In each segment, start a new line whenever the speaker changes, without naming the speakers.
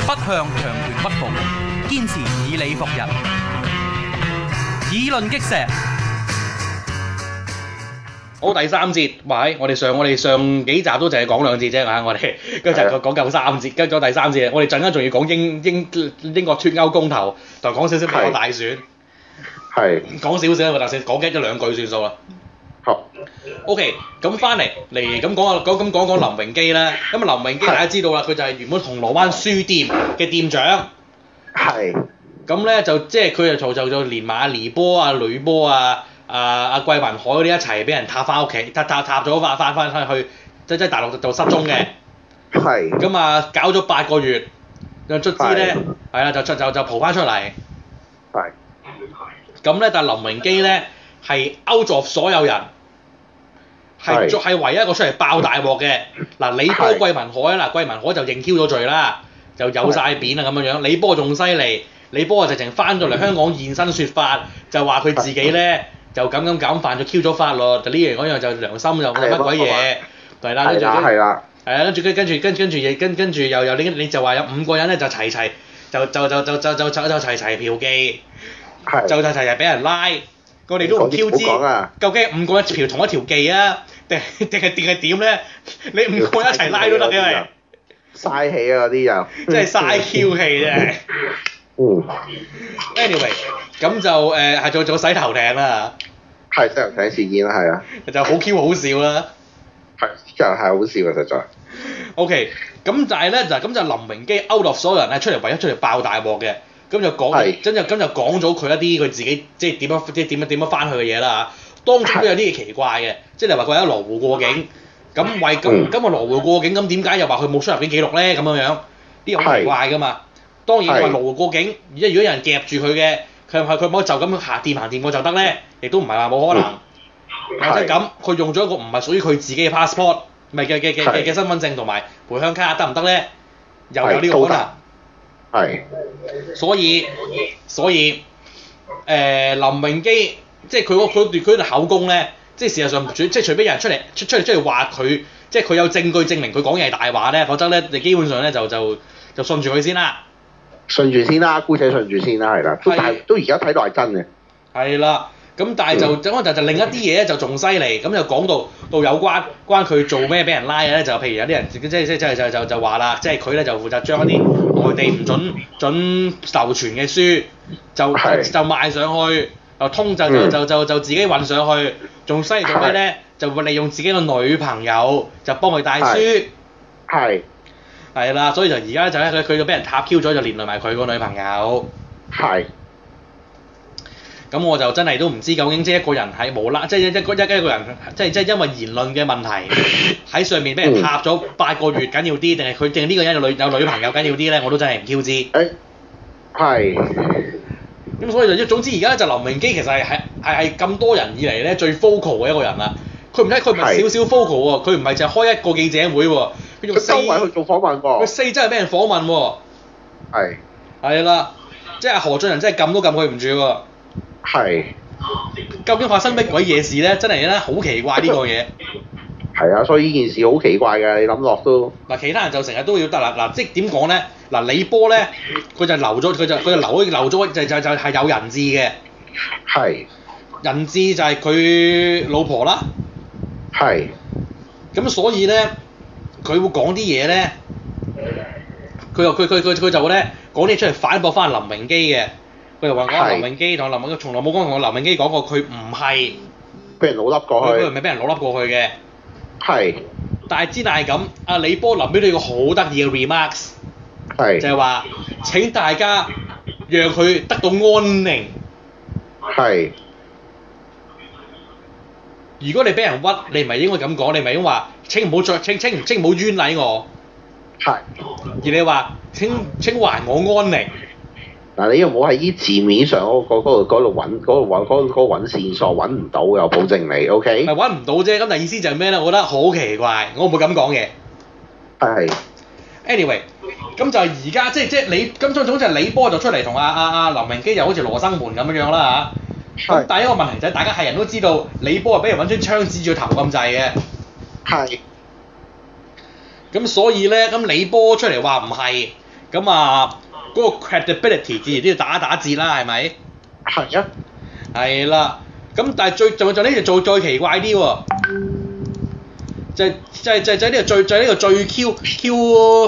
向強權屈服，堅持以理服人，以論擊石。
好，第三節，喂，我哋上我哋上幾集都淨係講兩節啫啊！我哋跟住就講夠三節，跟咗第三節，我哋陣間仲要講英英英國脱歐公投，同埋講少少美國大選，
係
講少少美國大選，講緊咗兩句算數啦。
好
OK，咁翻嚟嚟咁講下講咁講講林榮基啦。咁啊，林榮基大家知道啦，佢就係原本銅鑼灣書店嘅店長。
係
咁咧就即係佢就嘈就就連埋阿黎波啊、呂波啊、啊阿桂雲海嗰啲一齊俾人踏翻屋企，踏踏踏咗翻翻翻翻去，即即係大陸就失蹤嘅。
係
咁啊，搞咗八個月，就卒之咧
係
係啦，就出就就蒲翻出嚟。
係
咁咧，但係林榮基咧係勾咗所有人，係
係
做係唯一一個出嚟爆大鑊嘅。嗱，李波、
係
桂文海嗱，桂文海就認 Q 咗罪啦，就有晒面啦咁樣樣。李波仲犀利，李波啊直情翻咗嚟香港現身説法，就話佢自己咧就咁咁咁犯咗 Q 咗法律，就呢樣嗰樣就良心就
係
乜鬼
冇錯
嘢，係啦，跟
係
住
啦係啦，
係啊，跟住跟跟住跟跟住跟跟住又又你你就話有五個人咧就齊齊就就就就就就就就齊齊嫖妓。
係
就就齊齊俾人拉，我哋都唔
講啲
Q 知
唔好講啊
究竟五個一條同一條記啊，定定係定係點咧？你五個一齊拉都得嘅
啊
喂，
嘥氣啊嗰啲又
真係嘥 Q 氣啫。
嗯
anyway，咁就誒係做做洗頭艇啦，
係西洋艇事件啦係啊
就好 Q 好笑啦。
係就係好笑啊實在
OK，咁但係咧就咁就林榮基勾落所有人咧出嚟，唯一出嚟爆大鑊嘅。咁就講，
係
咁就咁就講咗佢一啲佢自己即係點樣即係點樣點樣翻去嘅嘢啦嚇。當中都有啲嘢奇怪嘅，即係你話佢喺羅湖過境，咁為咁
嗯
咁啊羅湖過境，咁點解又話佢冇出入境記錄咧？咁樣樣啲嘢好奇
係
怪噶嘛。當然你話
係
羅湖過境，而家如果有人夾住佢嘅，佢係佢唔可以就咁行掂行掂過就得咧，亦都唔係話冇可
嗯
能。或者
係
啊咁，佢用咗一個唔係屬於佢自己嘅 passport，唔係嘅嘅嘅嘅
係
嘅身份證同埋回鄉卡得唔得咧？又
係
有呢個
都
可
得
能，
係
所以所以誒、林榮基即係佢嗰佢佢佢口供咧，即係事實上除即係除非有人出嚟出出嚟出嚟話佢，即係佢有證據證明佢講嘢係大話咧，否則咧你基本上咧就就就信住佢先啦。
順住先啦姑且順住先啦係啦都
係
但係都而家睇到係真嘅
係啦，咁啊但
嗯
係就就可能就另一啲嘢咧就仲犀利，咁就講到到有關關佢做咩俾人拉嘅咧，就譬如有啲人即即即即就就就話啦，即係佢咧就負責將一啲外地唔準準授權嘅書就就
係
就賣上去，又通就就
嗯
就就就自己運上去，仲犀利做咩咧？就會利用自己個女朋友就幫佢帶書
係，係
係啦，所以就而家就咧佢佢就俾人塔 Q 咗，就連累埋佢個女朋友。
係
咁我就真係都唔知究竟即係一個人係無啦，即係一個一一個人，即係即係因為言論嘅問題 喺上面俾人塌咗八個月緊要啲，定係佢定係呢個人有女有女朋友緊要啲咧？我都真係唔 Q 知。
誒係
咁所以就總之而家就林榮基其實係係係係咁多人以嚟咧最 focal 嘅一個人啦。佢唔係佢唔係
係
少少 focal 喎，佢唔係就開一個記者會喎，佢用
佢
四
周圍去
佢
做訪問喎
四真係俾人訪問喎，
係
係啦，即係何俊仁真係撳都撳佢唔住喎。
係
究竟發生乜鬼嘢事咧？真係咧好奇怪呢個嘢。
係啊所以呢件事好奇怪㗎你諗落都
嗱，其他人就成日都要得啦，嗱，即係點講咧？嗱，李波咧，佢就留咗，佢就佢就留留咗，就就就係有人質嘅，
係
人質就係佢老婆啦。
係
咁所以咧，佢會講啲嘢咧，佢又佢佢佢佢就咧講啲嘢出嚟反駁翻林榮基嘅。佢就話講
係
林榮基同林榮基從來冇講同林榮基講過佢唔係，
俾人老笠過
佢佢唔
去
係俾人老笠過去嘅。
係
但係之但係咁，阿李波臨尾都有個好得意嘅 remarks。就
係
係話請大家讓佢得到安寧。
係
如果你俾人屈，你唔係應該咁講，你咪應該話請唔好再請請請唔好冤禮我，
係。
而你話請請還我安寧。
嗱，你又冇喺依字面上嗰、個嗰度嗰度揾嗰度揾嗰度嗰度揾線索揾唔到，又保證你，OK？
咪揾唔到啫，咁但係意思就係咩咧？我覺得好奇怪，我唔會咁講嘅。
係
anyway，咁就係而家即係即係你咁總總之係李波就出嚟同阿阿阿林榮基又好似羅生門咁樣樣啦嚇。咁
係
第一個問題就係大家係人都知道李波啊係俾人揾張槍指住個頭咁滯嘅。
係
咁所以咧，咁李波出嚟話唔係，咁啊嗰個 credibility 自然都要打一打折啦，係咪？
係啊，
係啦，咁但係最就就呢度做最奇怪啲喎，就就就就呢個最就呢個最 Q Q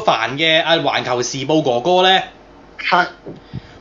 煩嘅啊《環球時報》哥哥咧，
係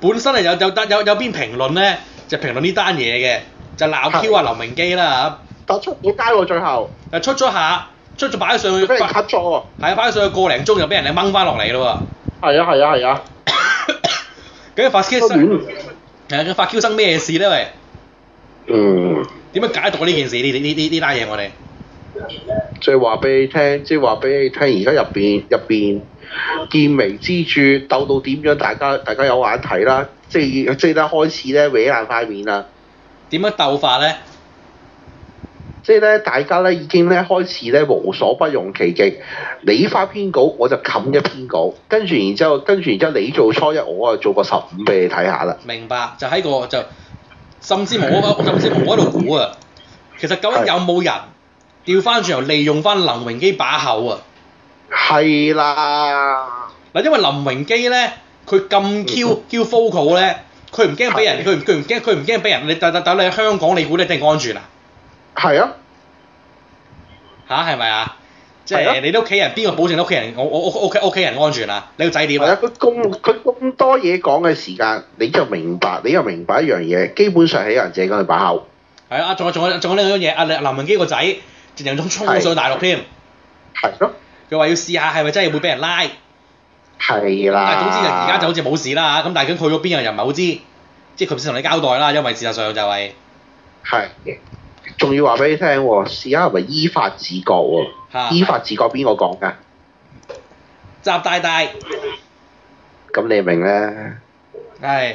本身係有有得有有篇評論咧，就評論呢單嘢嘅，就鬧
係
Q 啊劉明基啦
但出唔到街喎，最後
嚇，就出咗下，出咗擺咗上去，
俾人
係
cut 咗喎。
啊擺咗上去個零鐘就俾人哋掹翻落嚟咯
係啊係啊係啊，
喎， 咁啊發 Q
都
生
亂。
係啊，發 Q 生咩事咧喂？
嗯，
點樣解讀呢件事呢呢呢呢呢單嘢我哋？
即係話俾你聽，即係話俾你聽，而家入邊入邊見微知著鬥到點樣，大家大家有眼睇啦。即係即係咧開始咧搲爛塊面啦。
點樣鬥法咧？
即係咧，大家咧已經咧開始咧無所不用其極，你發篇稿我就冚一篇稿，跟住然之後，跟住然之後你做初一，我啊做個十五俾你睇下啦。
明白，就喺個就甚至我甚至我喺度估啊，其實究竟有冇人調翻轉頭利用翻林榮基把口啊？
係啦，
嗱，因為林榮基咧，佢咁 Q Q focal 咧，佢唔驚俾人，佢唔佢唔驚佢唔驚俾人，你但但但你喺香港，你估你一定安全啊？
係啊，
吓，係咪啊？即
係啊
係你啲屋企人邊個保證你屋企人我我我屋企屋企人安全啊？你個仔點
係啊
啊，？
佢咁佢咁多嘢講嘅時間，你就明白，你就明白一樣嘢，基本上係有人借緊佢把口。
係啊，仲有仲有仲有呢樣嘢，阿林林榮基個仔仲有種衝上大陸添，
係咯，
佢話要試下係咪真係會俾人拉。
係啦。
但係總之就而家就好似冇事啦嚇，咁但係咁佢嗰邊又唔係好知，即係佢先同你交代啦，因為事實上就係、
係，仲要話俾你聽喎，試下係咪依法治國喎？
嚇
依法治國邊個講㗎？
習大大
咁你明咧？
係。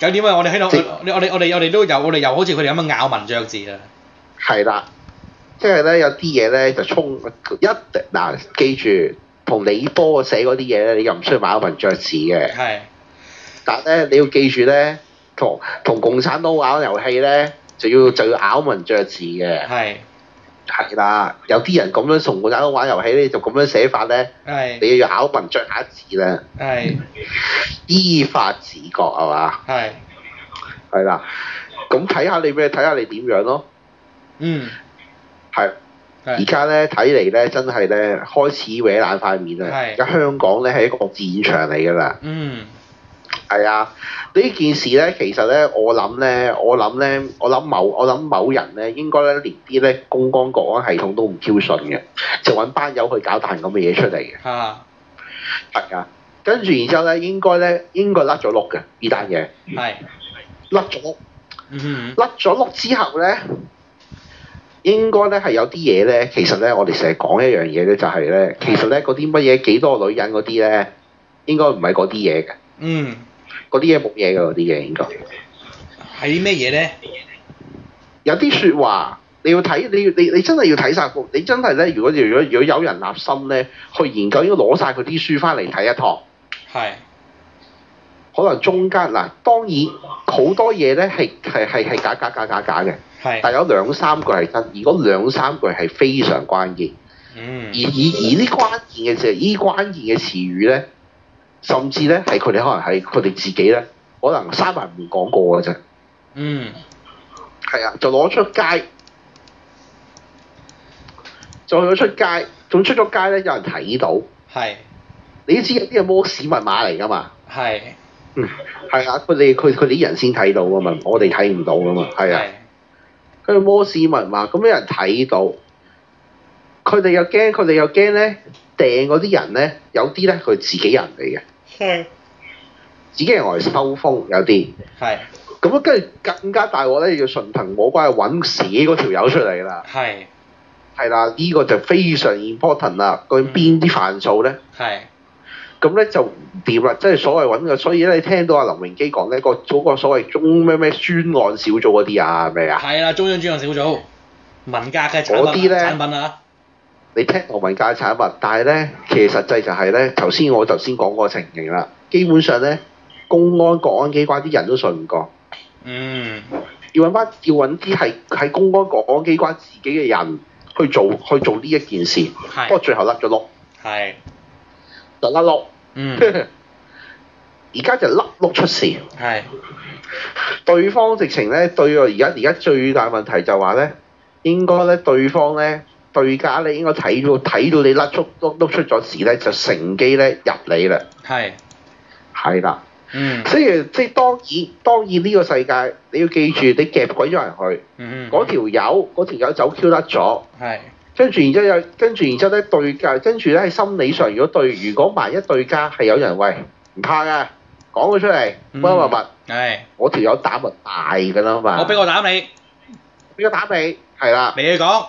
咁點啊？我哋喺度，
即
我哋我哋我哋我哋都有，我哋又好似佢哋咁樣咬文嚼字啊！
係啦，即係咧有啲嘢咧就衝一定嗱，記住同李波寫嗰啲嘢咧，你又唔需要馬文爵士嘅，
係
但咧你要記住咧，同同共產黨玩遊戲咧。就要就要咬文嚼字嘅，
係
係啦。有啲人咁樣同共產黨玩遊戲咧，就咁樣寫法咧，
係
你要咬文嚼下字啦。
係
依法治國係嘛？
係，
係啦。咁睇下你咩？睇下你點樣咯。
嗯
係。而
係
家咧睇嚟咧，真係咧開始搲爛塊面啦！
係
而家香港咧係一個戰場嚟㗎啦，
嗯
係啊！呢件事咧，其實咧，我諗咧，我諗咧，我諗某我諗某人咧，應該咧連啲咧公安國安系統都唔挑信嘅，就揾班友去搞彈咁嘅嘢出嚟嘅，
嚇
係啊！跟住然之後咧，應該咧應該甩咗碌嘅呢單嘢，
係
甩咗碌，
嗯哼
甩咗碌之後咧。應該咧係有啲嘢咧，其實咧我哋成日講一樣嘢咧，就係咧，其實咧嗰啲乜嘢幾多個女人嗰啲咧，應該唔係嗰啲嘢嘅，
嗯
嗰啲嘢冇嘢嘅嗰啲嘢應該。
係啲咩嘢咧？
有啲説話你要睇，你要你你真係要睇晒個，你真係咧，如果如果如果有人立心咧去研究，應該攞晒佢啲書翻嚟睇一堂。
係
可能中間嗱，當然好多嘢咧係係係係假假假假假嘅，
係
但有兩三句係真，而嗰兩三句係非常關鍵。而而而
嗯
呢關鍵嘅字，呢關鍵嘅詞語咧，甚至咧係佢哋可能係佢哋自己咧，可能閂埋門講過嘅啫。
嗯
係啊，就攞出街，就攞出街，仲出咗街咧，有人睇到。
係
你都知有啲係摩斯密碼嚟㗎嘛？
係
嗯，係啊，佢哋佢佢哋啲人先睇到㗎嘛，我哋睇唔到㗎嘛，係啊。
係
佢哋摩斯密碼，咁有人睇到，佢哋又驚，佢哋又驚咧，訂嗰啲人咧，有啲咧佢自己人嚟嘅，
係
自己人嚟收風有啲，
係
咁啊跟住更加大鑊咧，要順藤摸瓜去揾寫嗰條友出嚟啦，
係
係啦，呢、個就非常 important 啦，究竟邊啲犯數咧？
係
咁咧就唔掂啦，即係所謂揾嘅，所以咧你聽到阿林榮基講咧，個嗰個所謂中咩咩專案小組嗰啲啊，係咪啊？
係啦，中央專案小組文革嘅產
嗰啲
品
呢
產品啊，
你聽我文界產物，但係咧，其實實際就係咧，頭先我頭先講嗰個情形啦。基本上咧，公安、國安機關啲人都信唔過，
嗯，
要揾翻要揾啲係喺公安、國安機關自己嘅人去做去做呢一件事。不
係
過最後甩咗碌，
係，
就甩碌。
嗯
而家就粒碌出事，
係
對方直情咧對我而家而家最大問題就話咧，應該咧對方咧對家咧應該睇到睇到你甩出碌碌出咗事咧，就乘機咧入你啦，
係
係啦。
嗯
即係即係當然當然呢個世界你要記住，你夾鬼咗人去，
嗯
嗰條友嗰條友走 Q 甩咗。
係
跟住然之後又跟住然之後咧對家，跟住咧喺心理上，如果對如果萬一對家係有人喂唔怕嘅，講佢出嚟，乜
嗯
乜乜，
係，
我條友膽咪大㗎啦嘛，
我俾我膽你，
俾個膽你，係啦，
你去講，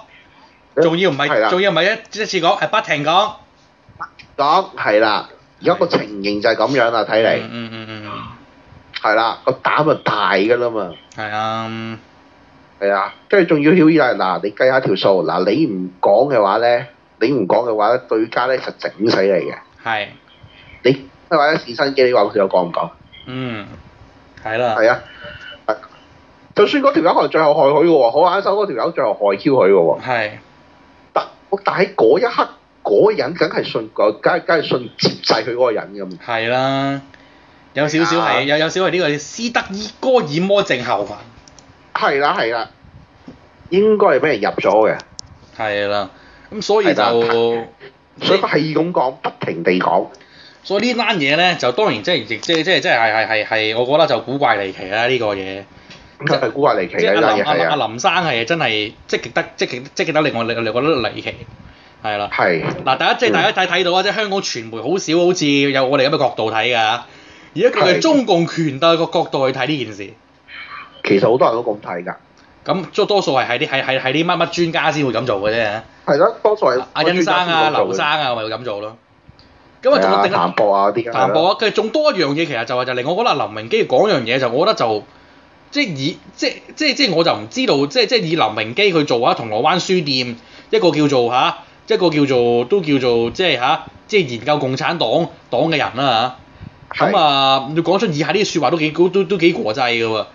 仲要唔
係
係
啦
仲要唔係一一次講，係不停講。
講係啦，而家個情形就係咁樣啦，睇嚟
嗯嗯嗯嗯，
係啦，個膽咪大㗎啦嘛，
係啊，嗯
係啊，跟住仲要曉啦，嗱你計下條數，嗱你唔講嘅話咧，你唔講嘅話咧，對家咧就整死你嘅，
係，
你或者試身機，你話佢有講唔講？
嗯，係啦，
係啊，係就算嗰條友可能最後害佢嘅喎，好眼手嗰條友最後害 Q 佢嘅喎，
係，
但但喺嗰一刻，嗰、個人梗係信個，梗係梗係信接濟佢嗰個人咁。
係啦，有少少係，
啊
有有少係呢個斯德哥爾摩症候群，
係啦係啦，應該係俾人入咗嘅，
係啦，咁所以
係啦
就。
所以佢係咁講，不停地講，
所以呢單嘢咧，就當然即係亦即係即係即係係係係係，我覺得就古怪離奇啦呢、個嘢。
真係古怪離奇
即
嘅
係
呢
阿
單嘢
林阿
係
林
啊，
阿林生係真係積極得積極積極得令我令令我覺得離奇，係啦。
係
嗱，大家即係
嗯
大家睇睇到啊，即係香港傳媒好少好似有我哋咁嘅角度睇㗎。而家佢哋
係
中共權鬥個角度去睇呢件事，
其實好多人都咁睇㗎。
咁多多數係係啲係係係啲乜乜專家先會咁做嘅啫。
係啦，多數係
阿欣生啊、劉生
係
啊，咪會咁做咯。咁啊，仲有
啊，
定一
譚博啊啲
淡薄啊，佢仲多一樣嘢，其實就係就令我覺得林榮基講樣嘢，就我覺得就即係以即即即我就唔知道，即即以林榮基佢做啊銅鑼灣書店一個叫做嚇、一個叫做都叫做即係嚇、即係研究共產黨黨嘅人啦嚇。咁
係
啊，要講出以下呢啲説話都幾都都都幾國際嘅喎。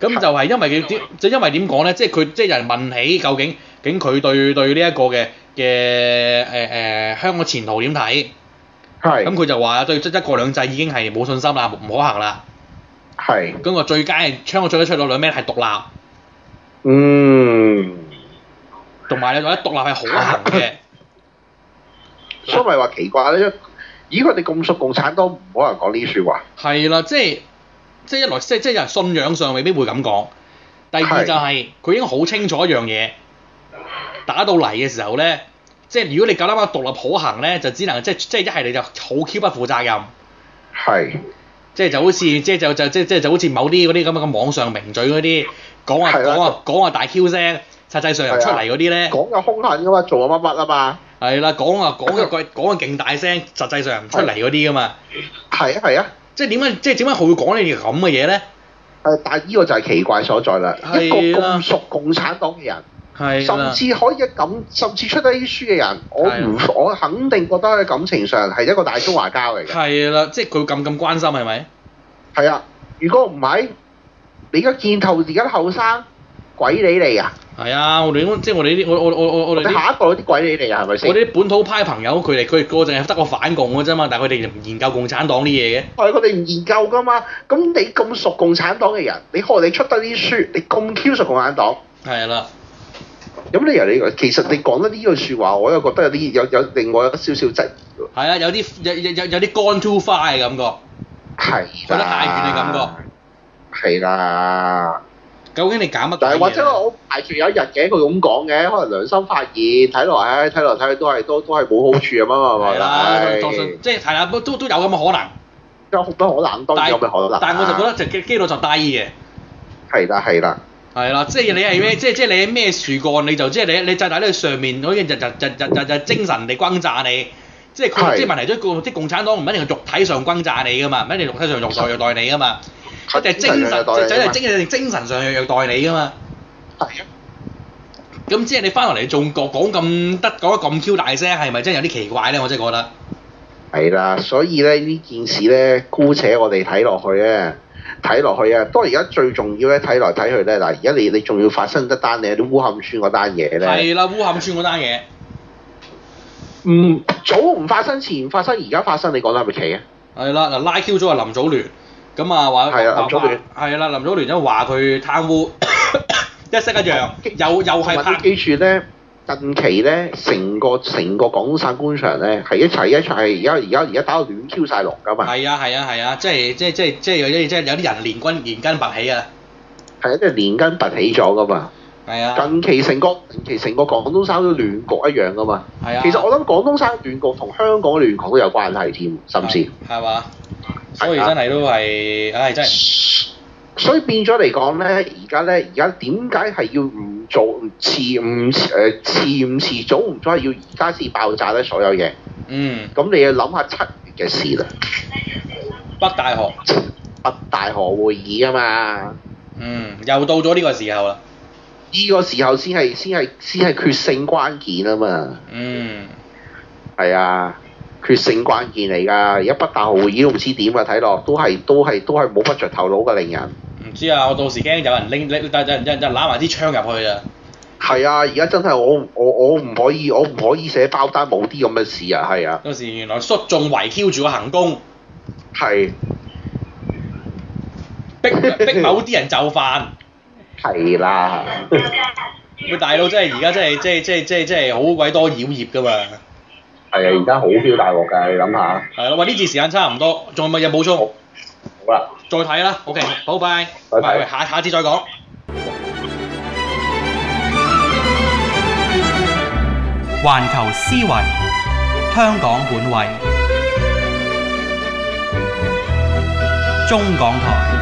咁就係因為佢點，就因為點講咧？即係佢即係有人問起究竟究竟佢對對呢一個嘅嘅誒誒香港前途點睇？
係
咁佢啊就話對一一國兩制已經係冇信心啦，唔可行啦。
係
咁個最佳係香港最佳出路兩咩係獨立，
嗯，
同埋你話獨立係可行嘅，
所以咪話奇怪咧，因為咦佢哋咁熟共產黨，唔可能講呢啲説話。
係啦，即係即係一來即係即係有人信仰上未必會咁講，第二
係
就係、佢已經好清楚一樣嘢，打到嚟嘅時候咧，即係如果你夠膽話獨立可行咧，就只能即係即係一係你就好 Q 不負責任。
係
即係就好似即係就就即係即係就好似某啲嗰啲咁嘅網上名嘴嗰啲講啊
係啦啊
講啊講啊大 Q 聲，實際上又出嚟嗰啲咧，
講有兇狠噶嘛，做啊乜乜啊嘛，
係啦講啊講 啊講講啊勁大聲，實際上唔出嚟嗰啲噶嘛。
係啊係啊，
即係點解即係點解佢會講呢啲咁嘅嘢咧？
誒但係呢個就係奇怪所在啦，
係
一個
啦
咁熟共產黨嘅人，
係
甚
啦，
至可以咁，甚至出得呢啲書嘅人，我
係
唔
啊
我肯定覺得喺感情上係一個大中華交嚟嘅，
係啦，即係佢咁咁關心係咪？
係啊，如果唔係，你而家見透而家啲後生鬼理你啊，
係啊，我哋即係我哋呢啲我我我我我
我
哋
哋
啲
下一代嗰啲鬼理你啊，係咪
我
先？
哋啲本土派朋友，佢哋佢哋個淨係得個反共嘅啫嘛，但係佢哋唔研究共產黨啲嘢嘅。
係佢哋唔研究噶嘛，咁你咁熟共產黨嘅人，你學你出得呢啲書，你咁 Q 熟共產黨。
係啦，
有乜理由你其實你講得呢句説話，我又覺得有啲有有另外有少少質疑喎。
係啊，有啲有有有有啲 gone too far 嘅感覺。
係
有啲大權嘅感
覺。係啦，
究竟你搞乜鬼
但
嘢
係
呢？
或者我唔排除有一日嘅，佢咁講嘅，可能良心發現，睇落唉，睇落睇去都係都都係冇好處咁啊嘛，
係
係
啦，當
咪
信？即係係啦，都都都有咁嘅可能，
有好多可能，當然有咩可能？啊
但係我就覺得就機機率就低嘅。
係啦係啦，
係啦，即係你係 咩？即係即係你係咩樹幹，你就即係你你就喺你上面嗰啲日日日日日日精神地轟炸你，即係佢
係
即係問題即係共即係共產黨唔一定係肉體上轟炸你噶嘛，唔一定肉體上虐待虐待你噶嘛，一定係精神
係
即係精神精神上虐待你噶嘛。
係啊，
咁即係你翻落嚟仲講講咁得講得咁 Q 大聲，係咪真係有啲奇怪咧？我真係覺得
係啦，所以咧呢件事咧，姑且我哋睇落去咧，睇落去啊，當然而家最重要咧，睇來睇去咧，嗱，而家你你仲要發生一單嘢，啲烏坎村嗰單嘢咧，
係啦，烏坎村嗰單嘢。
唔早唔發生，前唔發生，而家發生，你講得係咪奇啊？
係啦，嗱拉 Q 咗阿林祖聯，咁啊話
係啊林祖聯
話係啦，林祖聯因為話佢貪污 一式一樣，又又
同
係
埋
拍
你記住咧，近期咧，成個成個廣東省官場咧係一齊一齊，而家而家而家打到亂 Q 晒龍噶嘛，
係啊係啊係啊，即係即係即係即係有啲即係有啲人連軍連根拔起啊！
係啊，即係連根拔起咗噶嘛。
係啊，
近期成個近期成個廣東省都亂局一樣噶嘛。
係啊。
其實我諗廣東省亂局同香港亂局都有關係添，甚至。
係
啊
嘛？所以真係都係，唉，啊真係
所以變咗嚟講咧，而家咧，而家點解係要唔做唔遲唔誒遲唔遲早唔早係要而家先爆炸咧？所有嘢，
嗯，
咁你要諗下七月嘅事啦，
北大學，
北大河會議啊嘛，
嗯，又到咗呢個時候啦，
呢、個時候先係先係先係決勝關鍵啊嘛，
嗯，
係啊，決勝關鍵嚟㗎，而家北大河會議都唔知點啊，睇落都係都係都係冇乜着頭腦嘅令人。
唔知啊，我到時驚有人拎拎，但有人有人有人攬埋支槍入去啊，
係啊，而家真係我唔我我唔可以我唔可以寫包單冇啲咁嘅事啊，係啊。
到時原來率眾圍 Q 住個行宮，
係
逼 逼某啲人就範。
係啦，
喂，大佬真係而家真係即係即係即係即係好鬼多妖孽㗎嘛，
係啊，而家好 Q 大鑊㗎，你諗下。
係咯，喂，呢節時間差唔多，仲有冇嘢補充？
好啦。
再睇啦，OK，好，拜
拜
拜，
拜
喂喂下下次再講。
環球思維，香港本位，中港台。